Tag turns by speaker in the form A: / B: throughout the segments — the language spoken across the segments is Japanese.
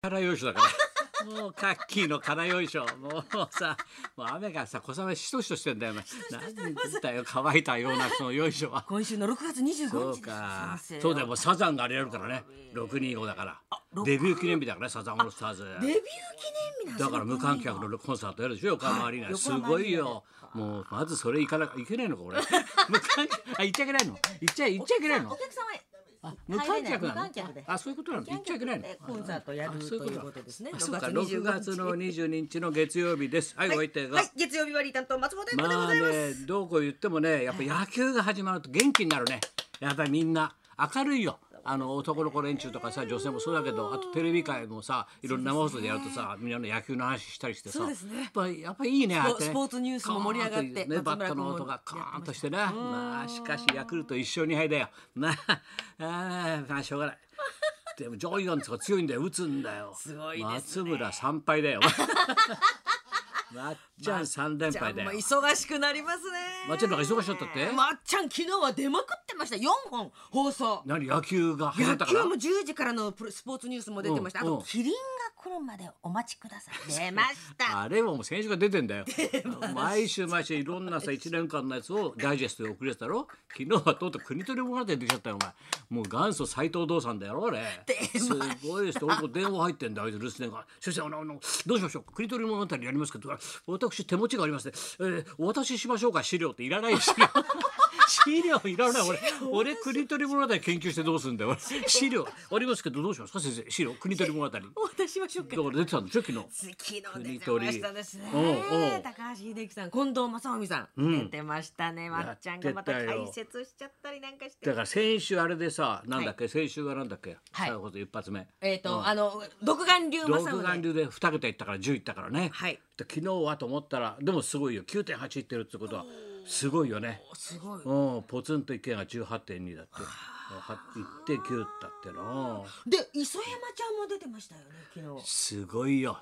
A: からよいしょだから。もうカッキーのからよいしょ。もうさ、もう雨がさ、小雨しとしとしてんだよ。何だよ、乾いたようなそのよいしょは。
B: 今週の6月25
A: そう
B: 日です
A: か。
B: 先生
A: そうだよ、もうサザンがあれやるからね。625だから。デビュー記念日だからね、サザンオールスターズ。
B: デビュー記念日なんです
A: だから無観客
B: こ
A: のコンサートやるでしょ横浜アリーナ、
B: はい
A: すごいよもうまずそれ行かなきゃいけないのか俺 無観客あ行っちゃいけないの行っちゃ行っちゃいけない
B: お
A: の
B: 客様へ
A: あ無観客な
B: 無
A: の
B: 観客で
A: あそういうことなの行っちゃいけないの
B: 無観客でコンサートやる
A: あそう
B: ということですね
A: あそうか
B: 6
A: 6月
B: 月
A: の22日の月曜日ですはい、お相手が、
B: はい月曜日割り担当松本英子でご
A: まあ
B: ざいます、
A: ねどうこう言ってもねやっぱ野球が始まると元気になるねやっぱりみんな明るいよあの男の子連中とかさ女性もそうだけどあとテレビ界もさいろんな生放送でやるとさ、みんなの野球の話したりしてさ
B: そうですね
A: やっぱやっぱいいねああやってね
B: スポーツニュースも盛り上がって
A: カーンいうね、
B: 松
A: バ
B: 村
A: ットの音がカーンとしてねまあしかしヤクルト一勝二敗だよまああーまあしょうがないでもジョイオンとか強いんだよ打つんだよ
B: すごいです
A: 松村三敗 だよまっちゃん三連敗だよ
B: まっちゃんも忙しくなりますね
A: まっちゃんなんか忙しかったって
B: まっちゃん昨日は出まくってました4本放送
A: 何野球が始ま
B: 野
A: ったか
B: 球
A: ら
B: も10時からのプロスポーツニュースも出てました、
A: うん
B: あ
A: うん
B: とキリンが来るまでお待ちください出まし た
A: あれはもう先週が 出てんだよ毎週毎週いろんなさ1年間のやつをダイジェストで送り出したろ昨日はとうとう国取り物語出てきちゃったよお前もう元祖斎藤道さんだよあれ
B: 出
A: すごいです俺と電話入ってんだあいつ留守電が「先生あのあのどうしましょう国取り物語やりますけど私手持ちがありまして、えーお渡ししましょうか資料」っていらないよ資 料資料いらない俺俺国取り物語研究してどうするんだよ俺資料ありますけどどうしますか先生資料国取り物語だか
B: お渡ししましょうから
A: 出てたんでしょ昨日。
B: 昨日出てましたですね
A: 国取りおうおう
B: 高橋英樹さん近藤正臣さん、出てましたねまっちゃんがまた解説しちゃったりなんかして
A: だから先週あれでさなんだっけ、先週はなんだっけ
B: はい
A: 最後の一発目
B: えっ、と、あの独眼竜
A: 独
B: 正
A: 眼
B: 宗
A: 流で2桁いったから10いったからね、
B: はい
A: で昨日はと思ったらでもすごいよ9.8いってるってことはすごいよね
B: すごい
A: うんポツンと一軒が18.2だっていって9だってな
B: で磯山ちゃんも出てましたよね昨日
A: すごいよ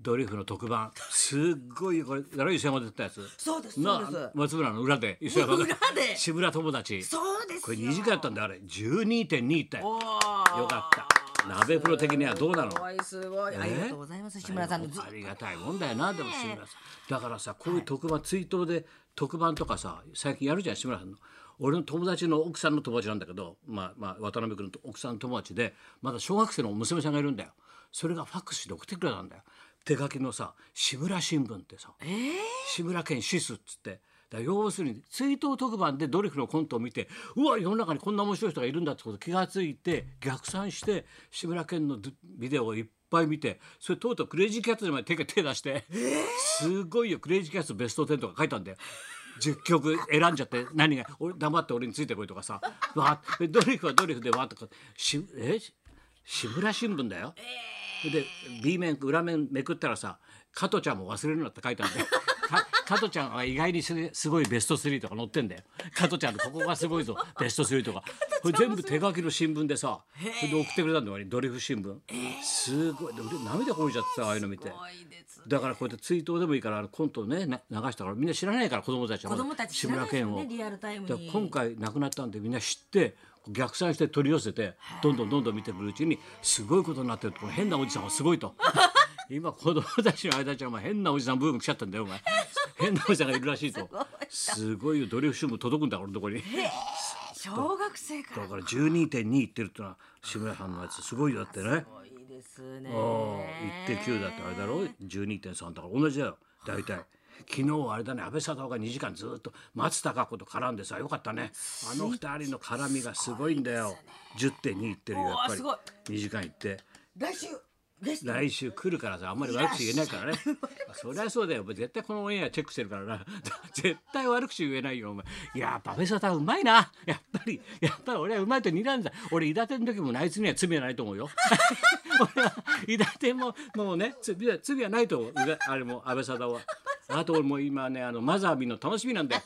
A: ドリフの特番すっごいよこれ誰磯山出てたやつ
B: そうですそうで
A: な
B: す
A: 松村の裏で磯山が
B: 裏で
A: 志村友達
B: そうですよ
A: これ2時間やったんだあれ12.2いったよ
B: おー
A: よかった鍋プロ的にはどうなの
B: すごいすごいありがとうございます志村さんのずっ
A: ありがたいもんだよなでも志村さんだからさこういう特番、追悼で特番とかさ最近やるじゃん志村さんの俺の友達の奥さんの友達なんだけど、まあ、まあ渡辺君の奥さんの友達でまだ小学生の娘さんがいるんだよそれがファックスで送ってくれたんだよ手書きのさ志村新聞ってさ、志村けんシスっつって。だから要するに追悼特番でドリフのコントを見てうわ世の中にこんな面白い人がいるんだってこと気がついて逆算して志村けんのドビデオをいっぱい見てそれとうとうクレイジーキャッツにまで手が手出して、すごいよクレイジーキャッツベスト10とか書いたんだよ。10曲選んじゃって何が俺黙って俺についてこいとかさわードリフはドリフでわーっとかしえ志村新聞だよ。で B 面裏面めくったらさ「加トちゃんも忘れるな」って書いてある んだよ。か加トちゃんは意外にすすごいベスト3とか載ってんだよ。加トちゃんのここがすごい ぞベスト3とか。これ全部手書きの新聞でさそれで送ってくれたんだよ俺ドリフ新聞。すごいで俺涙こいちゃってさああいうの見て。
B: ごいです
A: だからこうやって追悼でもいいからあのコントをねな流したからみんな知らないから子供たちは
B: 子供たち知らないですよね
A: 志村けんを
B: リアルタイムに
A: だから今回亡くなったんでみんな知って逆算して取り寄せてどんどんどんどん見てくるうちにすごいことになってるとこの変なおじさんはすごい と今子供たちの間じゃお前変なおじさんブーム来ちゃったんだよお 前変なおじさんがいるらしいとすごいよドリフ新聞届くんだから俺のとこに
B: 小学生か
A: だ
B: ら
A: から12.2いってるってのは志村さんのやつすごいよだってね
B: すごいですね
A: ああ1.9だってあれだろ12.3だから同じだよ大 体昨日はあれだね安倍貞夫が2時間ずっと松たか子と絡んでさよかったねあの2人の絡みがすごいんだよ10.2いってるよやっ
B: う
A: ぱ
B: わ
A: り
B: すごい
A: 2時間いって
B: 来週ゲスト
A: 来週来るからさあんまり悪口言えないからね そりゃそうだよお前絶対このオンエアチェックしてるからな 絶対悪口言えないよお前いや安倍貞夫うまいなやっぱりやっぱり俺はうまいと睨んだ俺伊達の時もあいつには罪はないと思 うよ俺は伊達ももうね罪は罪はないと思ういだあれも安倍貞夫はあと俺もう今ねあのマザー見るの楽しみなん だよ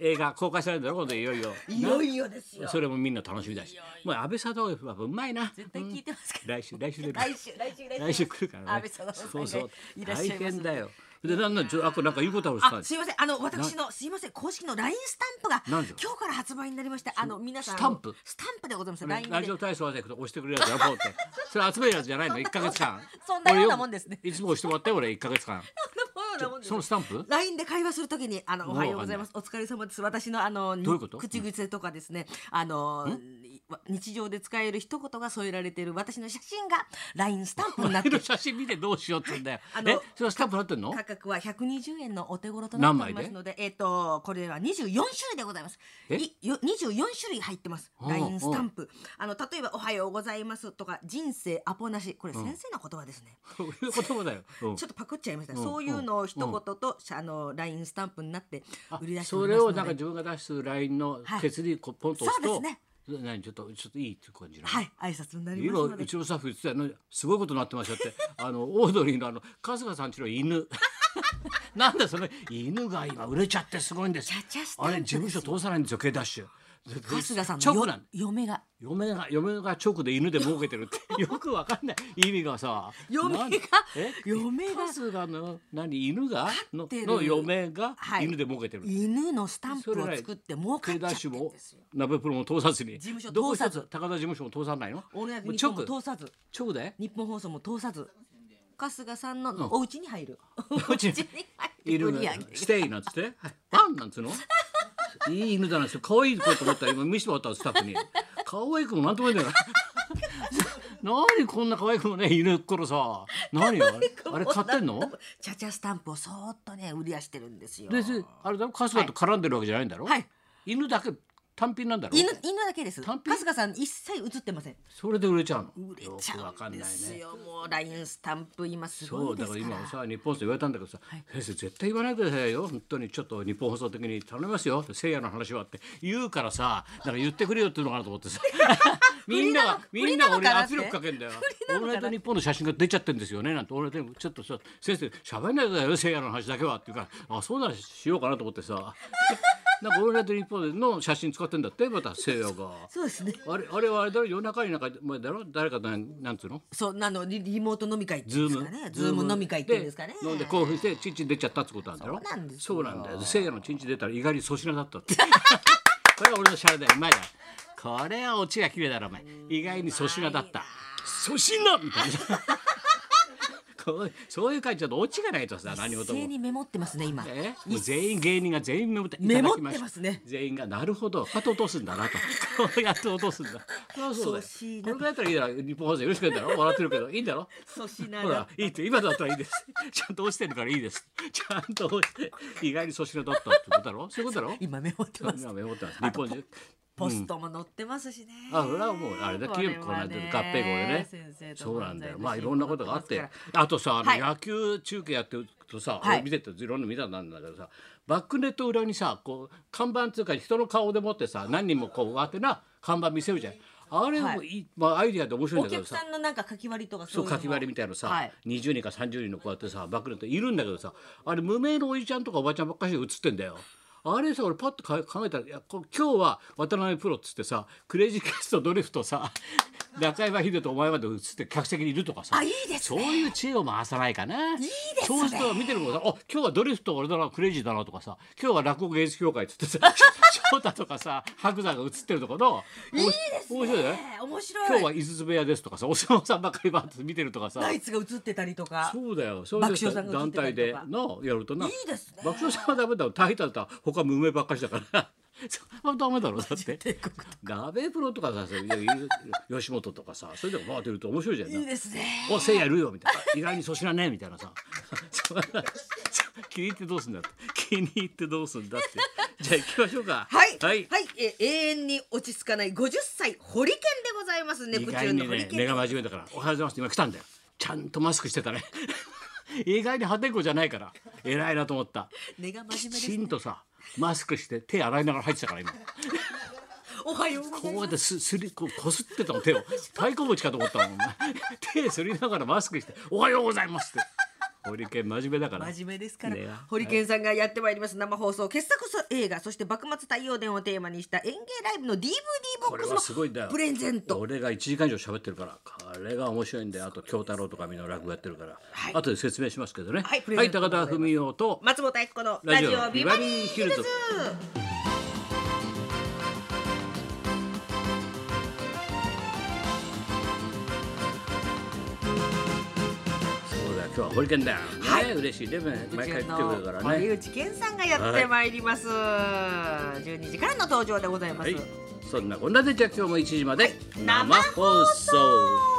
A: 映画公開されるんだろ今度いよいよ
B: いよいよですよ
A: それもみんな楽しみだしもう安倍貞夫はうまいな
B: 絶対聞いてますから
A: 来週来週出る
B: 来週来週来週
A: 来週来るからね。
B: 安倍さんの
A: そうそう
B: いらっ
A: 大
B: しゃいます
A: 変だよ。でなんなんちょあこれなんか言うことあるさ
B: あすいませんあの私のすいません公式の LINE スタンプが
A: なん
B: 今
A: で
B: 日から発売になりましてあの皆さん
A: スタンプ
B: スタンプでございます
A: ラ
B: LINE で
A: ジオ体操はね押してくれるやつやろうってそれ集めるやつじゃないの一ヶ月間
B: そんなようなもんですね
A: 俺よくいつも押してもらったよ俺一ヶ月間
B: そんなもんです
A: そのスタンプ
B: LINE で会話するときにあの「
A: も
B: お
A: う
B: はようございますお疲れ様です私のあのに
A: どういうこと
B: 口癖とかですねあのわ日常で使える一言が添えられている私の写真が LINE スタンプになっ て
A: 前の写真見てどうしようって言うんだよ
B: あの
A: えそれはスタンプなってんの
B: 価格は120円のお手頃となっておりま
A: 何枚
B: す
A: で
B: のでえっ、とこれは24種類でございます
A: え
B: いよ24種類入ってます
A: うん
B: LINE スタンプあの例えば「おはようございます」とか「人生アポなし」これ先生の言葉ですね、
A: そういうことだようん
B: ちょっとパクっちゃいました、
A: うん
B: そういうのを一言と、あの LINE スタンプになって
A: あ
B: 売り出してお
A: そ
B: りま
A: れ
B: す
A: を
B: ので
A: なんか自分が出すラインの
B: はい
A: ケツにこうポンと押す
B: そ
A: と
B: うですね
A: 何ちょっとちょっといいっていう感じなの
B: はい挨拶になります
A: 今
B: ので
A: うちのスタッフ言ってたのすごいことになってましたって あのオードリーのあの春日さんちの犬 なんでその犬が今売れちゃってすごいんです
B: チャチャスタン
A: あ
B: プ
A: れ事務所通さないんですよ K ダッシュ
B: 春日さん
A: 直
B: の
A: なん
B: よ嫁が
A: 嫁が嫁が直で犬で儲けてるって よくわかんない意味がさ
B: 嫁が
A: なんえ
B: 嫁が
A: 春日の何犬がの
B: ってる
A: の嫁が
B: はい
A: 犬で儲けてる、
B: 犬のスタンプを作って儲かっ
A: 経
B: ちゃ
A: 団
B: って
A: 種
B: ん
A: も
B: ですよ
A: 鍋プロも通さずに
B: 事務所
A: どこ
B: 通さず
A: 一つ高田事務所も通さないの
B: オールナイト
A: もう
B: ニッ
A: 直
B: ポンも通さず
A: 直で
B: 日本放送も通さず春日さんのお家に 入る、
A: こっちにいる
B: 売り上げ
A: ステイなんつってパンなんつうのいい犬だなって可愛い子と思ったら今見せてもらったのスタッフに可愛い子もなんとも言えないんだよな 何こんな可愛い子もね犬からさ何よあれあれ買ってんの
B: チャチャスタンプをそーっとね売り出してるんですよ
A: でであれだろ春日と絡んでるわけじゃないんだろ、
B: はい
A: 犬だけ単品なんだろ
B: 犬犬だけです
A: 単
B: 春
A: 品
B: 日さん一切映ってません
A: それで売れちゃうの
B: 売れちゃ
A: よくわか
B: うんん
A: ない
B: で
A: ね
B: すよもう LINE スタンプ今す
A: そ
B: ご
A: う
B: い
A: だか
B: です
A: ら
B: から
A: 今さ日本放送で言われたんだけどさ、先生絶対言わないでくださいよ本当にちょっと日本放送的に頼みますよせいやの話はって言うからさだから言ってくれよっていうのかなと思って さみんなが
B: 不
A: みん
B: 利
A: なが
B: なの
A: 俺に圧
B: 不利なの
A: 力か
B: かなって
A: けんだよ「
B: 不
A: オ
B: 利
A: ー
B: なのか
A: ル
B: な
A: ナイトニッポン」の写真が出ちゃってるんですよねなんて俺でもちょっとさ先生喋んないでくださいよせいやの話だけはって言うからあそうならしようかなと思ってさ なんか「オールナイトニッポン」の写真使ってんだってまたせいやが。
B: そうですね
A: あれあれはあれだろ夜中になんかまあだろ誰かとなんなんつうの
B: そうなのリリモート飲み会ってい
A: ズ
B: うんで
A: ー
B: す
A: ム
B: かねズーム飲み会っていうんですかね
A: 飲んで興奮してチンチン出ちゃったってことなんだろ
B: そうなんですよ
A: そうなんだよせいやのチンチン出たら意外に粗品だったって これは俺のシャレだようまいだこれはオチが綺麗だろお前意外に粗品だった粗品みたいな こうそういう感じだとオチがないとさ何
B: 一
A: 事
B: 斉
A: も
B: にメモってますね今
A: えもう全員芸人が全員メモっていた
B: メ
A: だ
B: モ
A: き
B: っ
A: ましてた
B: ますね
A: 全員がなるほどこうやって落とすんだなとこうやって落とすんだそうそうだよ
B: 粗品
A: これぐらいだったらいいだろ日本放送よろしくやるだろ笑ってるけどいいんだろ
B: 粗品
A: ほら
B: が、
A: いいって、今だったらいいです。 ちゃんと落ちてるからいいです。ちゃんと落ちて、意外に粗品だったってことだろそういうことだろ
B: 今メモってます
A: 今メモってます。日本中。
B: ポストも載ってますしね。
A: あ、それはもう、あれだ、
B: こ
A: キ
B: れ
A: ュ
B: は
A: ーブこうなってる、
B: ね
A: 合併号でね
B: 先生。と
A: そうなんだよ。まあ、
B: 漫才
A: い
B: の
A: ろんなことがあっ
B: 新
A: て
B: 聞。
A: あとさ、あ
B: はい
A: の、野球中継やってるとさ、
B: はい
A: 俺見てて、いろんな見たんだけどさ。バックネット裏にさ、こう、看板っていうか、人の顔でもってさ、何人もこう、あってな、看板見せるじゃん。あれもいい、まあ、アイディアで面白いん
B: お
A: だけど
B: 客
A: さ
B: さ。んのなんか書き割りとか
A: そう
B: い
A: かき割りみ
B: た
A: たいなさ、
B: はい
A: 20人か30人のこうやってさバックネットいるんだけどさあれ無名のおじちゃんとかおばちゃんばっかり映ってんだよ。あれさ俺パッとか考えたらいやこ今日は渡辺プロっつってさクレイジーキャストドリフト さ中山秀とお前まで映って客席にいるとかさ
B: あいいです
A: そういう知恵を回さないかな。いいですね。そうすると見てるもさ、あ今日はドリフト俺だなクレイジーだなとかさ、今日は落語芸術協会っつ ってさ、翔太とかさ白山が映ってるとかの。いいです、ね。面白いね。
B: ね。面
A: 今日
B: 白。
A: はい井筒部屋ですとかさお 相撲さんばっかりバーッと見てるとかさ
B: ナイツが映ってたりとか。
A: そうだよそういう
B: 爆笑さんが映
A: 団
B: ってた
A: 体
B: りとか
A: でのやるとない
B: いですね
A: 爆笑さんはダメだろ大変だったら他無名ばっかりだから それはダメだろだって
B: 帝国
A: 鍋プロとかさそういう吉本とかさそれでもバーッといると面白いじゃんない
B: いですね。
A: おせいやいるよみたいな意外に粗品ねみたいなさ そう気に入ってどうすんだって気に入ってどうすんだってじゃあ行きましょうか
B: はい、
A: は
B: はいい、、えー永遠に落ち着かない50歳ホリケンでございますね。
A: 意
B: プチュ
A: 外
B: ーンの
A: に
B: ホリ
A: ね
B: ケン
A: 目が真面目だから「おはようございます」って今来たんだよちゃんとマスクしてたね 意外に破天荒じゃないから偉いなと思った
B: 根が真
A: き
B: 面目です
A: ちんとさマスクして手洗いながら入ってたから今
B: おはようござい
A: こう
B: ま
A: やってすすりこうこすってたの 手を太鼓持ちかと思ったもんお前手すりながらマスクして「おはようございます」って堀健真面目だから
B: 真面目ですから、
A: ね
B: ホリケンさんがやってまいります生放送傑作映画そして幕末太陽伝をテーマにした演芸ライブの DVD ボ
A: こ
B: ッ
A: れ
B: ク
A: はす
B: ス
A: ごいんだ
B: の
A: よ
B: プレゼント
A: 俺が1時間以上喋ってるからこれが面白いんだよあと京太郎とかみんな落語やってるから、
B: はい
A: 後で説明しますけどね
B: はいプレ
A: は
B: ゼ
A: い
B: ントで
A: 高
B: ございま
A: 田
B: す
A: 文夫と
B: 松本明子のラジオビバリーヒルズ
A: そうだよ今日は堀健だよ、ね
B: はい
A: 嬉しいでも
B: こ
A: 毎
B: ち
A: 回来
B: ら
A: てくれ
B: の
A: るからね
B: 堀内健さんがやってまいります、12時からの登場でございます、
A: はい、そんなこんなでじゃあ今日も1時まで
B: 生
A: 生放送